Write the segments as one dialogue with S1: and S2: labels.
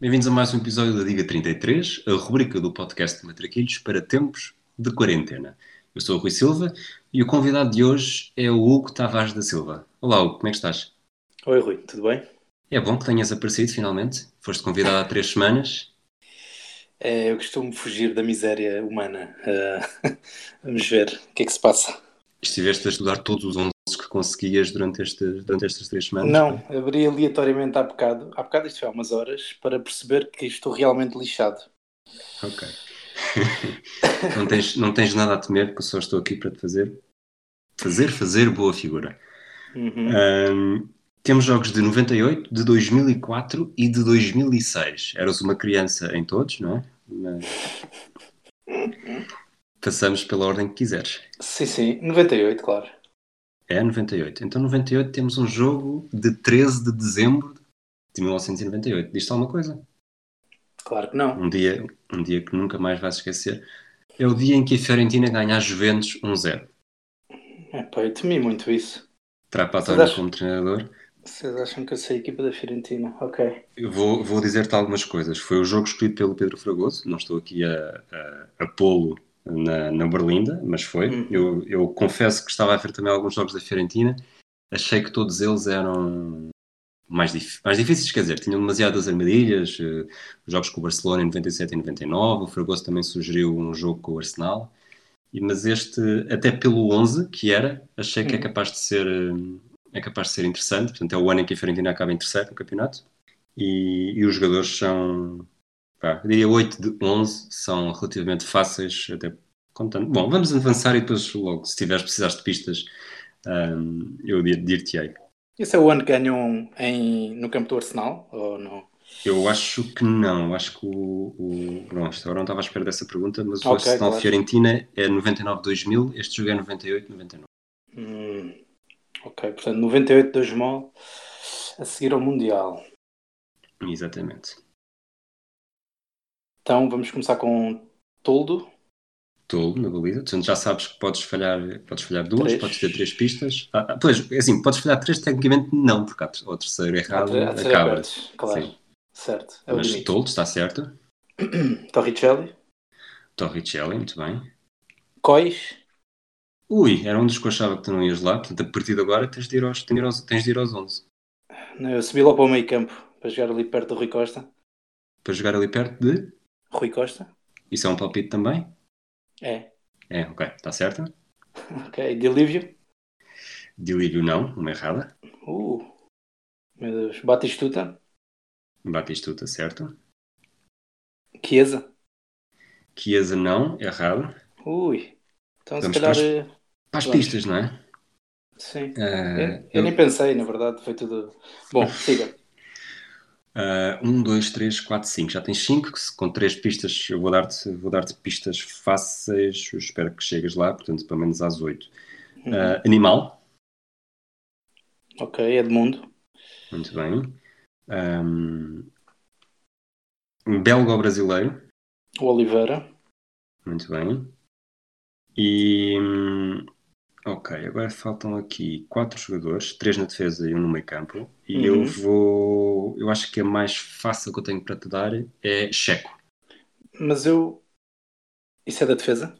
S1: Bem-vindos a mais um episódio da Diga 33, a rubrica do podcast de Matraquilhos para tempos de quarentena. Eu sou o Rui Silva e o convidado de hoje é o Hugo Tavares da Silva. Olá, Hugo, como é que estás?
S2: Oi, Rui, tudo bem?
S1: É bom que tenhas aparecido finalmente. Foste convidado há três semanas.
S2: É, eu costumo fugir da miséria humana. Ah, vamos ver o que é que se passa.
S1: Estiveste a estudar todos os 11 que conseguias durante, este, durante estas três semanas?
S2: Não, abri aleatoriamente há bocado, há bocado isto foi há umas horas, para perceber que estou realmente lixado.
S1: Ok. não, tens, não tens nada a temer, porque eu só estou aqui para te fazer. Fazer, fazer boa figura.
S2: Uhum.
S1: Ahm, temos jogos de 98, de 2004 e de 2006. Eras uma criança em todos, não é? Mas- Passamos pela ordem que quiseres.
S2: Sim, sim, 98, claro.
S1: É 98. Então, 98 temos um jogo de 13 de dezembro de 1998. Diz-te alguma coisa?
S2: Claro que não.
S1: Um dia, um dia que nunca mais vais esquecer. É o dia em que a Fiorentina ganha a Juventus 1-0.
S2: Epá, É, eu temi muito isso.
S1: Trapatório
S2: Mas-
S1: como treinador.
S2: Vocês acham que eu sei a equipa da Fiorentina? Ok.
S1: Eu vou, vou dizer-te algumas coisas. Foi o jogo escolhido pelo Pedro Fragoso. Não estou aqui a, a, a pô-lo na, na Berlinda, mas foi.
S2: Uhum.
S1: Eu, eu confesso que estava a ver também alguns jogos da Fiorentina. Achei que todos eles eram mais, dif- mais difíceis, quer dizer, tinham demasiadas armadilhas. eh, Jogos com o Barcelona em 97 e 99. O Fragoso também sugeriu um jogo com o Arsenal. E- Mas este, até pelo 11 que era, achei que é
S2: Uhum.
S1: capaz de ser, eh, é capaz de ser interessante. Portanto, é o ano em que a Fiorentina acaba em terceiro no campeonato e, e os jogadores são, pá, eu diria 8 de 11, são relativamente fáceis, até contando. Bom, vamos avançar e depois logo, se tiveres precisaste de pistas, ahm, eu dir- dir-te-ei.
S2: Esse é o ano que ganham em, no campo do Arsenal? Ou não?
S1: Eu acho que não, eu acho que o, o não, isto agora não estava à espera dessa pergunta, mas o
S2: Ok,
S1: Arsenal
S2: claro.
S1: Fiorentina é 99-2000, este jogo é 98-99.
S2: Hum, ok, portanto, 98, 2000, a seguir ao Mundial.
S1: Exatamente.
S2: Então vamos começar com Toldo.
S1: Tolo na baliza, portanto já sabes que podes falhar, podes falhar duas,
S2: Três.
S1: podes ter três pistas. Ah, ah, pois, é assim, podes falhar três, tecnicamente não, porque há ter- ao terceiro
S2: Há
S1: errado
S2: tre- há três
S1: acaba.
S2: abertos, claro.
S1: Sim.
S2: Certo. É o
S1: Mas
S2: limite.
S1: Toldo está certo.
S2: Torricelli.
S1: Torricelli, muito bem.
S2: Cois.
S1: Ui, era um dos que eu achava que tu não ias lá. Portanto, a partir de agora tens de ir aos, tens de ir aos, tens de ir aos 11.
S2: Não, Eu Eh, subi lá para o meio campo para jogar ali perto do Rui Costa.
S1: Para jogar ali perto de...
S2: Rui Costa?
S1: Isso é um palpite também?
S2: É.
S1: É, ok. Está certo.
S2: Ok. Dilívio.
S1: Dilívio não, uma errada.
S2: Uh. Meu Deus. Batistuta.
S1: Batistuta, certo.
S2: Chiesa.
S1: Chiesa não, errado.
S2: Ui. Então
S1: Vamos
S2: se calhar.
S1: para os-
S2: eh,
S1: Para as
S2: Vamos.
S1: pistas, não é?
S2: Sim.
S1: Ah,
S2: É, Eu, eu nem pensei, na verdade. Foi tudo. Bom, siga.
S1: 1, 2, 3, 4, 5. Já tens 5, com 3 pistas eu vou dar-te vou dar pistas fáceis. Eu espero que chegues lá, portanto, pelo menos às 8.
S2: Uhum.
S1: Eh. animal,
S2: Ok. Edmundo.
S1: muito bem. Ahm, um belga ou brasileiro,
S2: O Oliveira.
S1: muito bem. E. hum, Ok, agora faltam aqui 4 jogadores, 3 na defesa e um no meio campo. E eu
S2: Uhum.
S1: vou. Eu acho que a mais fácil que eu tenho para te dar é Checo.
S2: Mas eu. Isso é da defesa?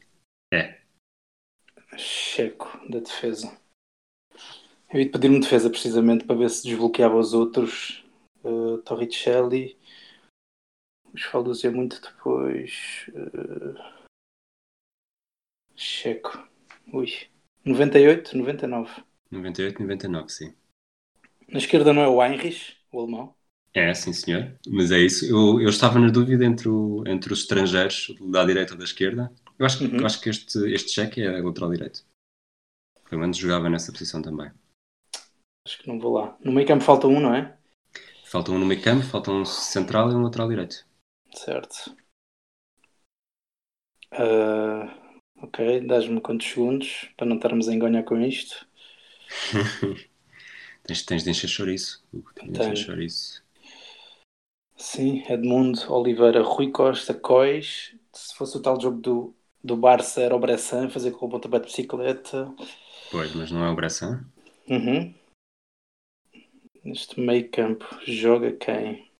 S1: É.
S2: Checo, da defesa. Eu ia pedir-me defesa precisamente para ver se desbloqueava os outros. Uh, Torricelli. Os Faldos é muito depois. eh, Checo. Ui. 98, 99.
S1: 98, 99, sim.
S2: Na esquerda não é o Heinrich, o alemão.
S1: É, sim, senhor. Mas é isso. Eu, eu estava na dúvida entre, o- entre os estrangeiros, da direita ou da esquerda. Eu acho, que-
S2: Uhum.
S1: eu acho que este, este cheque é lateral direito. Pelo menos jogava nessa posição também.
S2: Acho que não vou lá. No meio campo falta um, não é?
S1: Falta um no meio campo, falta um central e um lateral direito.
S2: Certo. Ah, ok, dás-me quantos segundos para não estarmos a enganar com isto.
S1: Tens, tens de encher chouriço. Hugo, Tens de encher
S2: Tenho.
S1: chouriço.
S2: Sim, Edmundo, Oliveira, Rui Costa, Cois. Se fosse o tal jogo do, do Barça, era o Bressan, fazer com o pontapé de bicicleta.
S1: Pois, mas não é o Bressan.
S2: Uhum. Neste meio campo, joga quem?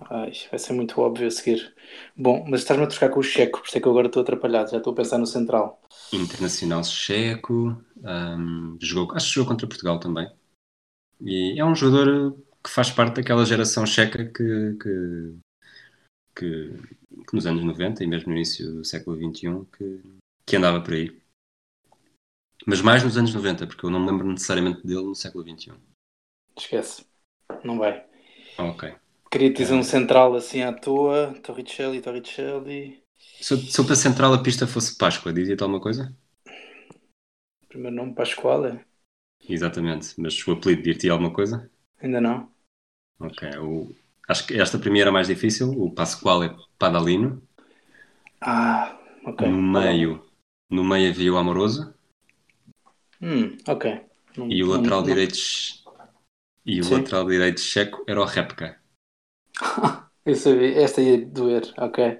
S2: Ai, vai ser muito óbvio a seguir. Bom, mas estás-me a trocar com o Checo, por isso é que eu agora estou atrapalhado, já estou a pensar no Central.
S1: Internacional Checo, hum, jogou, acho que jogou contra Portugal também. E é um jogador que faz parte daquela geração checa que, que, que, que nos anos 90 e mesmo no início do século XXI que, que andava por aí. Mas mais nos anos 90, porque eu não me lembro necessariamente dele no século um. XXI.
S2: Esquece, não vai.
S1: Ok.
S2: Queria
S1: É.
S2: dizer um central assim à toa, Torricelli, Torricelli.
S1: Se eu, se eu para central a pista fosse Páscoa, dizia-te alguma coisa?
S2: Primeiro nome Pascoal, é?
S1: Exatamente, mas o apelido dir-te alguma coisa?
S2: Ainda não.
S1: Ok, o- acho que esta primeira é mais difícil, o Pasquale Padalino.
S2: Ah, ok.
S1: No meio, no meio havia o Amoroso
S2: Hum, ok. Não-
S1: e o
S2: não-
S1: lateral
S2: não-
S1: direito e o
S2: Sim.
S1: lateral direito checo era o Repka.
S2: Eu sabia, esta ia doer, ok.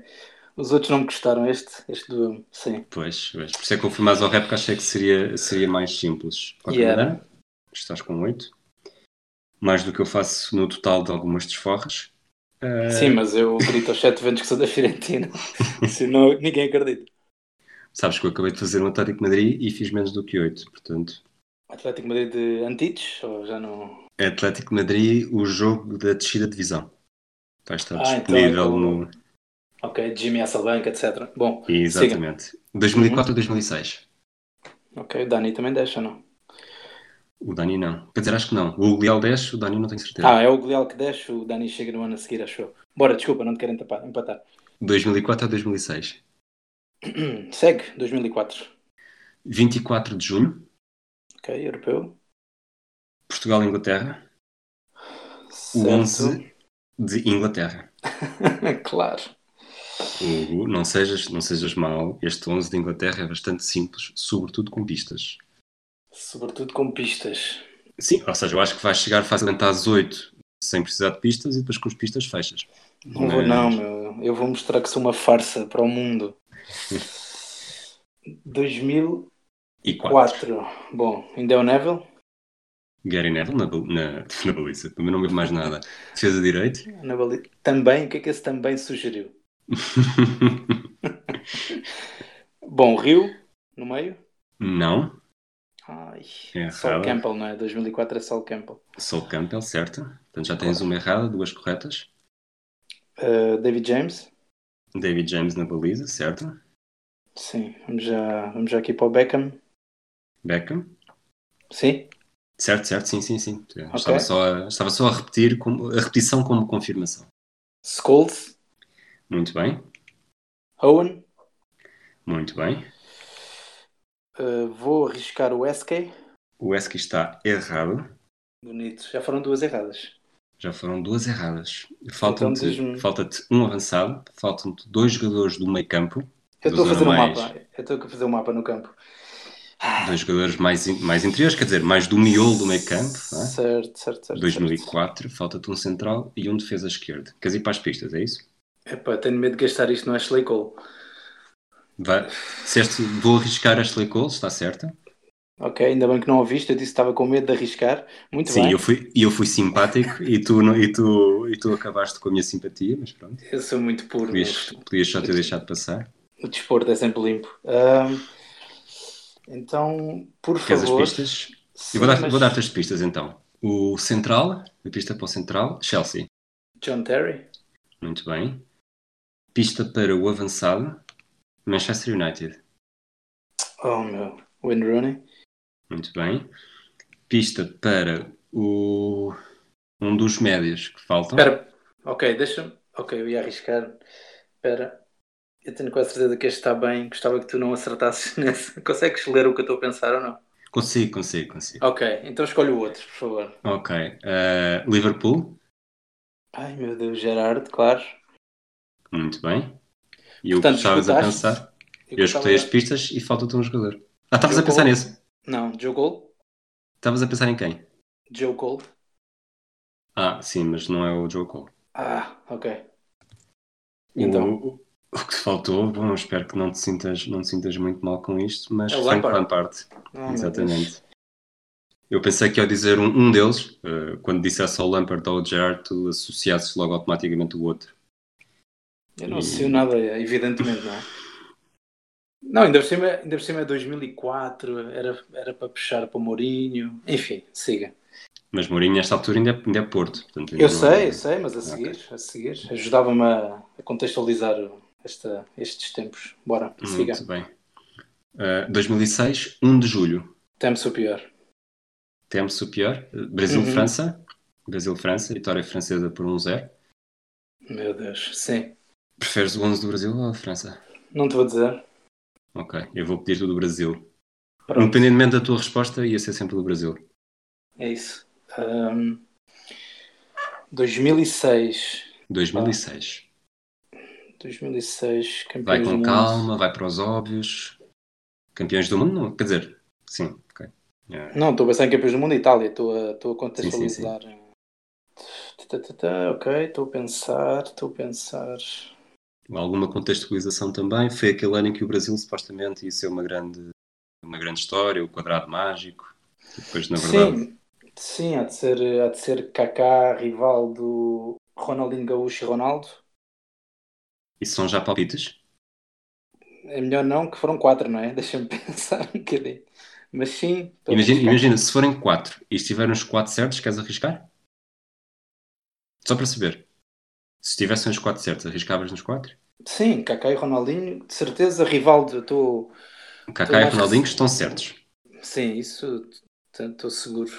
S2: Os outros não me gostaram, este, este doeu-me, sim.
S1: Pois, pois, por isso é que eu fui mais ao Repka, achei que seria, seria mais simples. De qualquer
S2: Yeah.
S1: maneira, estás com 8. Mais do que eu faço no total de algumas desforras. Ah,
S2: Sim, mas eu grito aos sete ventos que sou da Fiorentina, senão ninguém acredita.
S1: Sabes que eu acabei de fazer um Atlético de Madrid e fiz menos do que 8, portanto.
S2: Atlético de Madrid de Antites, ou já não...
S1: Atlético de Madrid, o jogo da descida de divisão. Vai estar
S2: Ah, então,
S1: disponível
S2: então-
S1: no.
S2: Ok, Jimmy Assalbanca, etc. Bom,
S1: Exatamente. 2004 ou 2006.
S2: ok, o Dani também deixa, não?
S1: O Dani não. Quer dizer, acho que não. O Leal 10, o Dani não tenho certeza.
S2: Ah, é o Glial que deixa, o Dani chega no ano a seguir, acho eu. Bora, desculpa, não te quero empatar. empatar.
S1: 2004 ou 2006.
S2: Segue, 2004.
S1: 24 de junho,
S2: Ok, europeu.
S1: Portugal e Inglaterra. O
S2: Certo.
S1: 11 de Inglaterra.
S2: claro.
S1: Hugo, não sejas, não sejas mal. Este 11 de Inglaterra é bastante simples, sobretudo com pistas.
S2: Sobretudo com pistas.
S1: Sim, ou seja, eu acho que vais chegar facilmente às 8 sem precisar de pistas e depois com as pistas fechas.
S2: Não vou,
S1: Mas-
S2: não, meu. Eu vou mostrar que sou uma farsa para o mundo. 2004.
S1: E 4.
S2: Bom, ainda é o Neville?
S1: Gary Neville na, bal- na, na baliza. Também não vejo mais nada. Defesa de direito.
S2: Na bali- Também, o que é que esse também sugeriu? Bom, Rio, no meio?
S1: não.
S2: Ai,
S1: É
S2: Sol
S1: errado.
S2: Campbell, não é? 2004 é Sol Campbell.
S1: Sol Campbell, certo. Portanto, já tens uma errada, duas corretas.
S2: Uh, David James?
S1: David James na baliza, certo.
S2: Sim, vamos já, vamos já aqui para o Beckham.
S1: Beckham.
S2: Sim?
S1: Certo, certo, sim, sim, sim. Estava, só a, estava só a repetir como, a repetição como confirmação.
S2: Scholes?
S1: Muito bem,
S2: Owen?
S1: muito bem.
S2: Uh, vou arriscar o SK.
S1: O Eski está errado.
S2: Bonito, já foram duas erradas.
S1: Já foram duas erradas.
S2: Então diz-me.
S1: Faltam-te falta-te um avançado, faltam-te dois jogadores do meio campo,
S2: Eu estou a
S1: Duas
S2: fazer um
S1: normais.
S2: mapa. Eu estou a fazer um mapa no campo.
S1: dois jogadores mais, in- mais interiores, quer dizer, mais do Um miolo do meio campo. não é?
S2: Certo, certo, certo.
S1: 2004, falta-te um central e um defesa esquerdo. Queres ir para as pistas, é isso?
S2: certo. Epá, tenho medo de gastar isto no Ashley Cole.
S1: Vai. Disseste, vou arriscar a Ashley Cole, está certa?
S2: Ok, ainda bem que não ouviste. Eu disse que estava com medo de arriscar. Muito
S1: Sim,
S2: bem.
S1: eu fui, eu fui simpático e tu, não- e, tu, e tu acabaste com a minha simpatia, mas pronto.
S2: Eu sou muito puro.
S1: Podias,
S2: meu.
S1: podias só ter deixado passar.
S2: O desporto é sempre limpo. Ahm, então, por
S1: Queres as
S2: favor.
S1: pistas?
S2: sim,
S1: Eu vou dar-
S2: mas-
S1: vou dar-te as pistas então. O central, a pista para o central, Chelsea.
S2: John Terry?
S1: Muito bem. Pista para o avançado, Manchester United.
S2: Oh meu. Wayne Rooney?
S1: Muito bem. Pista para o um dos médios que faltam.
S2: Espera. Ok, deixa-me. Ok, eu ia arriscar. Espera. Eu tenho quase certeza que este está bem. Gostava que tu não acertasses nessa. Consegues ler o que eu estou a pensar ou não?
S1: Consigo, consigo, consigo.
S2: Ok, então escolhe o outro, por favor.
S1: Ok. eh, Liverpool.
S2: Ai meu Deus, Gerard, claro.
S1: Muito bem. E o que
S2: Portanto,
S1: estavas a
S2: escutaste?
S1: pensar?
S2: Eu
S1: Eu escutei as
S2: gostava-
S1: pistas e falta-te um jogador. Ah, estavas a pensar
S2: Liverpool.
S1: nisso?
S2: Não, Joe Cole.
S1: Estavas a pensar em quem?
S2: Joe Cole.
S1: Ah, sim, mas não é o Joe Cole.
S2: Ah, ok. Então,
S1: Então. O, o que te faltou, bom, espero que não te sintas, não te sintas muito mal com isto, mas um
S2: É o
S1: Frank
S2: Lampard.
S1: Lampard.
S2: Ah, meu Deus.
S1: Exatamente. Eu pensei que ao dizer um, um deles, eh, quando dissesse ao Lampard ou ao Gerrard, tu associasses logo automaticamente o outro.
S2: Eu não sei nada, evidentemente, não é? Não, ainda por cima, ainda por cima é 2004, era, era para puxar para o Mourinho, enfim, siga.
S1: Mas Mourinho, nesta altura, ainda é, ainda é Porto. portanto, ainda
S2: Eu
S1: não
S2: sei,
S1: é-
S2: eu sei, mas a seguir,
S1: Ok.
S2: a seguir, ajudava-me a, a contextualizar esta, estes tempos. Bora,
S1: Hum.
S2: siga.
S1: Muito bem. Eh, 2006, 1 de julho.
S2: Temos o pior.
S1: Temos o pior. Eh, Brasil-França.
S2: Uhum.
S1: Brasil-França, vitória francesa por 1-0.
S2: Meu Deus, sim.
S1: Preferes o 11 do Brasil ou a França?
S2: Não te vou dizer.
S1: Ok, eu vou pedir-te o do Brasil.
S2: Pronto.
S1: Independentemente da tua resposta, ia ser sempre do Brasil.
S2: É isso. Ahm, 2006.
S1: 2006.
S2: 2006, campeões
S1: Vai
S2: do
S1: com
S2: mundo.
S1: calma, vai para os óbvios. Campeões do mundo, não? Quer dizer, sim, ok. Eh,
S2: Não, estou a pensar em campeões do mundo e Itália. Estou a, estou
S1: sim,
S2: a
S1: sim.
S2: contextualizar. Tá, tá, tá, ok, estou a pensar, estou a pensar.
S1: Alguma contextualização também. Foi aquele ano em que o Brasil supostamente ia ser uma grande, uma grande história, o quadrado mágico. E depois, na verdade,
S2: Sim, sim, há de ser, há de ser Kaká, rival do Ronaldinho Gaúcho e Ronaldo.
S1: isso são já palpites.
S2: É melhor não, que foram quatro, não é? Deixa-me pensar um bocadinho. Mas sim, pelo menos
S1: Imagina,
S2: cá-
S1: imagina, se forem quatro e estiverem os quatro certos, queres arriscar? Só para saber. Se tivessem os quatro certos, arriscavas nos quatro?
S2: Sim, Kaká e Ronaldinho, de certeza, rival do. Tô...
S1: Kaká e
S2: mais
S1: Ronaldinho
S2: rec-
S1: estão certos.
S2: Sim, isso estou seguro.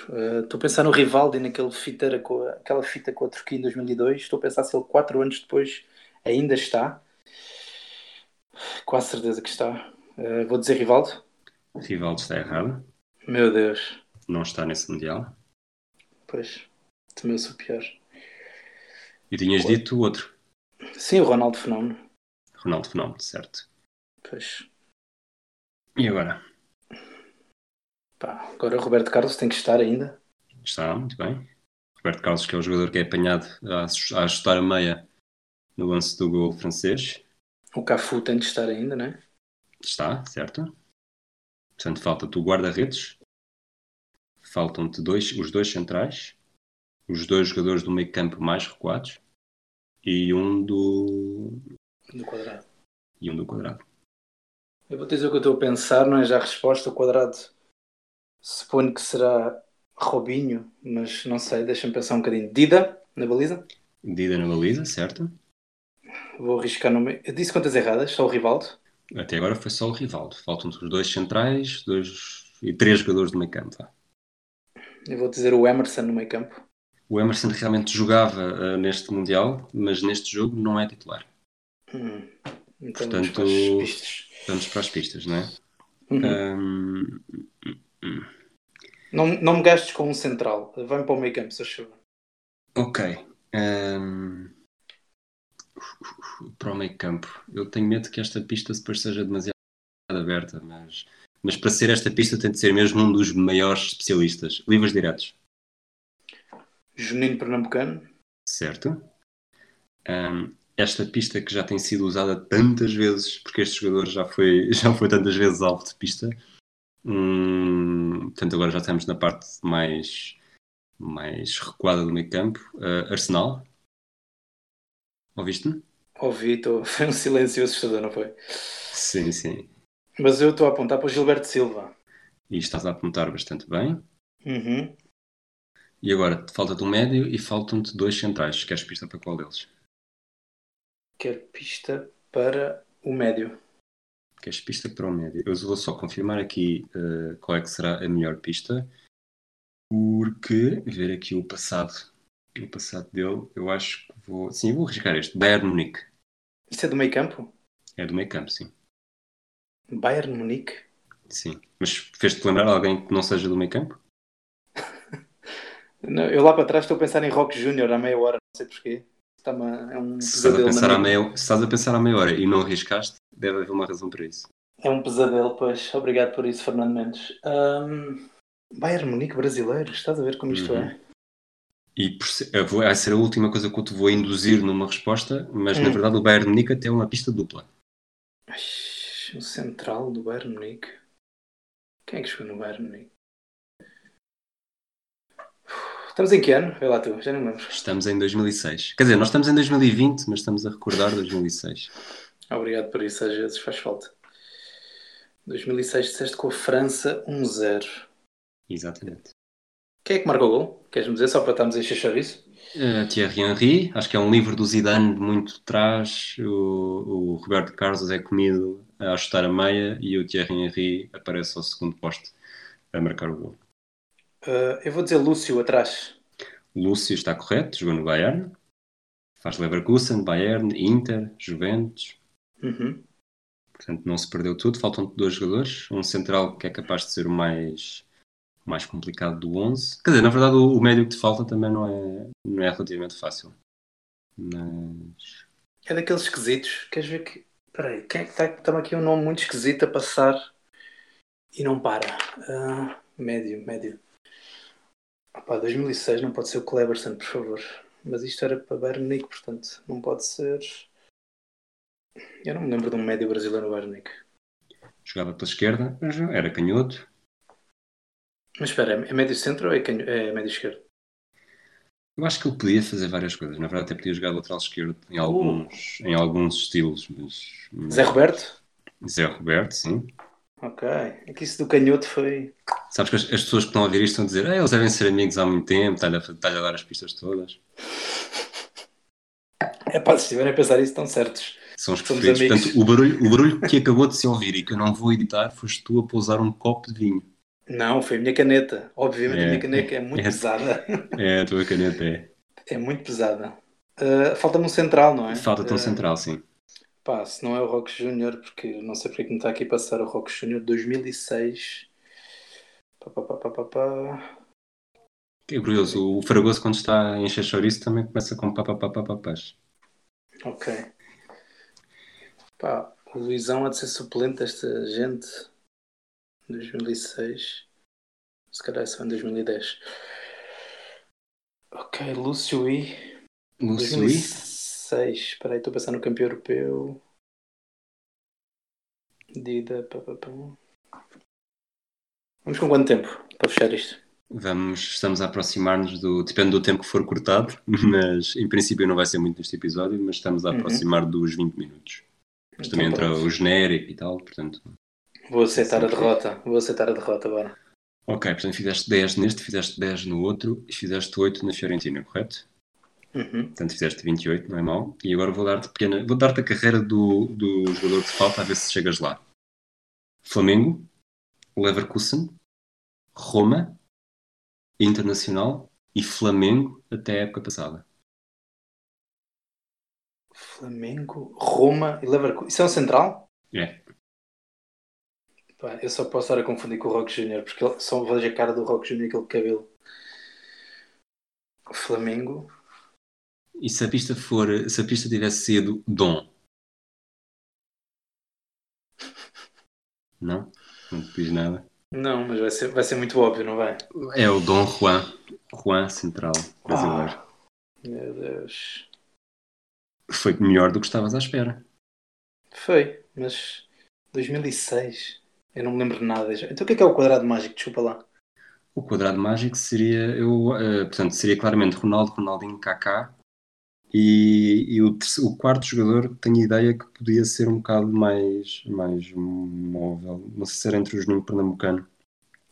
S2: Estou a pensar no Rivaldo e naquele fiteira com a- aquela fita com a Turquia em 2002. Estou a pensar se ele quatro anos depois ainda está. Quase certeza que está. Eh, vou dizer Rivaldo.
S1: Rivaldo está errado.
S2: Meu Deus.
S1: Não está nesse Mundial.
S2: Pois, também sou pior.
S1: E tinhas
S2: Claro.
S1: dito o outro.
S2: Sim, o Ronaldo Fenómeno.
S1: Ronaldo Fenómeno, certo.
S2: Pois,
S1: E agora?
S2: pá. Agora o Roberto Carlos tem que estar ainda.
S1: Está muito bem. Roberto Carlos, que é o jogador que é apanhado a assu- a ajustar a meia no lance do gol francês.
S2: O Cafu tem de estar ainda, não é?
S1: Está, certo? Portanto, falta-te o guarda-redes, faltam-te dois, os dois centrais, os dois jogadores do meio campo mais recuados e um do,
S2: No quadrado.
S1: e um do quadrado.
S2: Eu vou dizer o que eu estou a pensar, não é já a resposta. O quadrado suponho que será Robinho, mas não sei, deixa-me pensar um bocadinho. Dida, na baliza.
S1: Dida na baliza, certo?
S2: Vou arriscar no meio. Eu disse quantas erradas, só o Rivaldo.
S1: Até agora foi só o Rivaldo. Faltam-te os dois centrais dois, e três jogadores do meio campo. vá.
S2: Eu vou dizer o Emerson no meio campo.
S1: O Emerson realmente jogava ah, neste Mundial, mas neste jogo não é titular.
S2: Hum. Então vamos
S1: Portanto,
S2: para as pistas.
S1: vamos para as pistas, não é?
S2: Uhum.
S1: Ahm,
S2: Não, não me gastes com um central. Vai-me para o meio campo, se achou.
S1: Ok. Ahm, para o meio campo. Eu tenho medo que esta pista depois seja demasiado aberta, mas, mas para ser esta pista tem de ser mesmo um dos maiores especialistas. Livros diretos,
S2: Junino Pernambucano.
S1: certo? Ahm, esta pista que já tem sido usada tantas vezes, porque este jogador já foi, já foi tantas vezes alvo de pista. Hum, portanto, agora já estamos na parte mais, mais recuada do meio campo. Ah, Arsenal. Ouviste-me?
S2: Ouvi, tô... foi um silêncio assustador, não foi?
S1: Sim, sim.
S2: Mas eu estou a apontar para o Gilberto Silva.
S1: E estás a apontar bastante bem.
S2: Uhum.
S1: E agora, falta-te um médio e faltam-te dois centrais. Queres pista para qual deles?
S2: Quero é pista para o médio.
S1: Queres pista para o médio? Eu vou só confirmar aqui eh, qual é que será a melhor pista. Porque, ver aqui o passado. O passado dele, eu acho que vou... Sim, eu vou arriscar este. Bayern Munique.
S2: Isso é do meio campo?
S1: É do meio campo, sim.
S2: Bayern Munique?
S1: Sim. Mas fez-te lembrar alguém que não seja do meio campo?
S2: Não, eu lá para trás estou a pensar em Rock Júnior à meia hora, não sei porquê. Está é um
S1: Se estás, a
S2: pesadelo.
S1: pensar
S2: na
S1: à
S2: minha-
S1: meia, se estás a pensar à meia hora e não arriscaste, deve haver uma razão para isso.
S2: É um pesadelo, pois. Obrigado por isso, Fernando Mendes. Ahm, Bayern Munique brasileiro, estás a ver como
S1: Uhum.
S2: isto é?
S1: E por ser- eu vou- vai ser a última coisa que eu te vou induzir numa resposta, mas na
S2: Hum.
S1: verdade o Bayern Munique tem uma pista dupla.
S2: Ai, o central do Bayern Munique. Quem é que jogou no Bayern Munique? Estamos em que ano? Vê lá tu, já não lembro.
S1: Estamos em 2006. Quer dizer, nós estamos em 2020, mas estamos a recordar 2006.
S2: Obrigado por isso, às vezes faz falta. 2006 disseste com a França 1-0.
S1: Exatamente.
S2: Quem é que marcou o gol? Queres-me dizer só para estarmos a encher chouriço?
S1: Eh, Thierry Henry, acho que é um livro do Zidane de muito trás. O, o Roberto Carlos é comido a chutar a meia e o Thierry Henry aparece ao segundo poste a marcar o gol.
S2: Ah, eu vou dizer Lúcio atrás.
S1: Lúcio está correto, jogou no Bayern. Faz Leverkusen, Bayern, Inter, Juventus.
S2: Uhum.
S1: Portanto, não se perdeu tudo. Faltam dois jogadores. Um central que é capaz de ser o mais, o mais complicado do 11. Quer dizer, na verdade, o, o médio que te falta também não é, não é relativamente fácil. Mas.
S2: É daqueles esquisitos. Queres ver que. Espera aí, quem é que está está aqui um nome muito esquisito a passar e não para? Ah, médio, médio. Opá, 2006 não pode ser o Cleberson, por favor. Mas isto era para Bayern Munique, portanto, não pode ser. Eu não me lembro de um médio brasileiro no Bayern Munique.
S1: Jogava pela esquerda, mas era canhoto.
S2: Mas espera, é médio centro ou é, canho- é médio esquerdo?
S1: Eu acho que ele podia fazer várias coisas. Na verdade, até podia jogar lateral esquerdo em alguns, em alguns estilos. Mas, mas-
S2: Zé Roberto?
S1: Zé Roberto, sim.
S2: Ok. É que isso do canhoto foi.
S1: Sabes que as, as pessoas que estão a ouvir isto estão a dizer "Ah, eles devem ser amigos há muito tempo, está-lhe a, está-lhe a dar as pistas todas.
S2: É pá, se estiverem a pensar isso, estão certos.
S1: São os
S2: Somos
S1: preferidos.
S2: amigos.
S1: Portanto, o barulho, o barulho que acabou de se ouvir e que eu não vou editar foste tu a pousar um copo de vinho.
S2: Não, foi a minha caneta. Obviamente a
S1: É.
S2: minha caneta é muito
S1: É.
S2: pesada.
S1: É, a tua caneta é.
S2: É muito pesada. Ah, Falta-me um central, não é?
S1: Falta tão
S2: Ah,
S1: um central, sim.
S2: Pá, se não é o Rock Júnior, porque não sei porque que me está aqui a passar o Rock Júnior 2006. Pá, pá, pá, pá, pá, pá.
S1: É curioso, o Fragoso quando está em encher chouriço também começa com papapapapapás.
S2: Ok. Pá, o Luizão há de ser suplente desta gente. 2006. Se calhar é só em 2010. Ok, Lúcio I.
S1: Lúcio Luís?
S2: 2006. Espera aí, estou a pensar no campeão europeu. Dida. pá, pá, pá. Vamos com quanto tempo para fechar isto?
S1: Vamos, estamos a aproximar-nos do. Depende do tempo que for cortado, mas em princípio não vai ser muito neste episódio, mas estamos a
S2: Uhum.
S1: aproximar dos 20 minutos. Mas também
S2: Então,
S1: entra
S2: pronto.
S1: o genérico e tal, portanto.
S2: Vou aceitar a
S1: Sim, sim.
S2: derrota. Vou aceitar a derrota agora.
S1: Ok, portanto fizeste 10 neste, fizeste 10 no outro e fizeste 8 na Fiorentina, correto?
S2: Uhum.
S1: Portanto fizeste 28, não é mau. E agora vou dar-te pequena. Vou dar-te a carreira do, do jogador que te falta a ver se chegas lá. Flamengo, Leverkusen, Roma, Internacional e Flamengo até a época passada.
S2: Flamengo, Roma e Leverkusen. Isso é um central?
S1: É.
S2: Pá, eu só posso estar a confundir com o Rock Júnior, porque ele- só vejo a cara do Rock Júnior aquele cabelo. Flamengo.
S1: E se a pista for, se a pista tivesse sido Dom? Não? Não te diz nada.
S2: Não, mas vai ser, vai ser muito óbvio, não vai?
S1: É o Dom Juan. Juan Central brasileiro.
S2: Ah, meu Deus.
S1: Foi melhor do que estavas à espera.
S2: Foi, mas 2006. Eu não me lembro de nada. já. Então o que é que é o quadrado mágico? Desculpa lá.
S1: O quadrado mágico seria, eu, eh, portanto, seria claramente Ronaldo, Ronaldinho, Kaká. E, e o, terce- o quarto jogador tenho ideia que podia ser um bocado mais, mais móvel. Não sei se era entre o Juninho Pernambucano.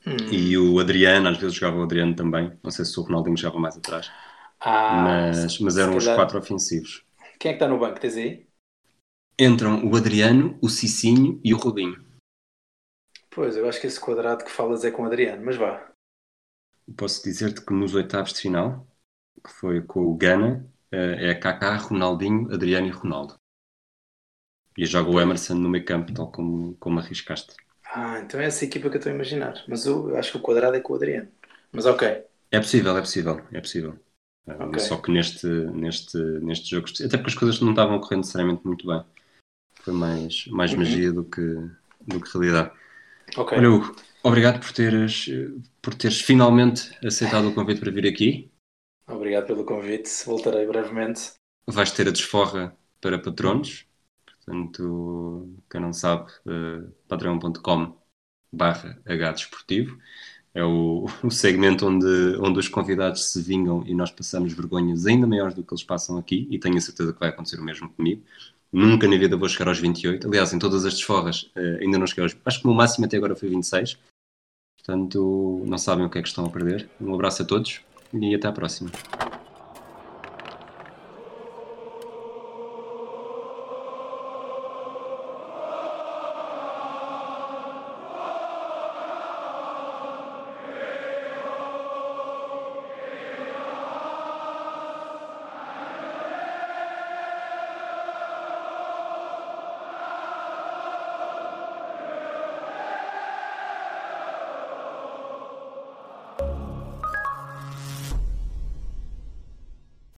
S2: Hum.
S1: E o Adriano, às vezes jogava o Adriano também. Não sei se o Ronaldinho jogava mais atrás.
S2: Ah,
S1: mas, mas eram
S2: se
S1: os
S2: calhar-
S1: quatro ofensivos.
S2: Quem é que está no banco? Tens aí?
S1: Entram o Adriano, o Cicinho e o Robinho.
S2: Pois, eu acho que esse quadrado que falas é com o Adriano, mas vá.
S1: Posso dizer-te que nos oitavos de final, que foi com o Gana, eh, é Kaká, Ronaldinho, Adriano e Ronaldo. E joga o Emerson no meio campo, tal como, como arriscaste.
S2: Ah, então é essa equipa que eu estou a imaginar. Mas eu, eu acho que o quadrado é com o Adriano. Mas ok.
S1: É possível, é possível, é possível. Eh,
S2: Ok.
S1: Só que neste, neste, neste jogo, especi- até porque as coisas não estavam correndo necessariamente muito bem. Foi mais, mais
S2: Uhum.
S1: magia do que, do que realidade.
S2: Ok.
S1: Olha, Hugo, obrigado por teres, por teres finalmente aceitado o convite para vir aqui.
S2: Obrigado pelo convite. Voltarei brevemente.
S1: Vais ter a desforra para patronos. Portanto, quem não sabe, eh, patreon.com barra hdesportivo. É o, o segmento onde, onde os convidados se vingam e nós passamos vergonhas ainda maiores do que eles passam aqui, e tenho a certeza que vai acontecer o mesmo comigo. Nunca na vida vou chegar aos 28. Aliás, em todas as desforras eh, ainda não cheguei aos. Acho que o meu máximo até agora foi 26. Portanto, não sabem o que é que estão a perder. Um abraço a todos e até à próxima.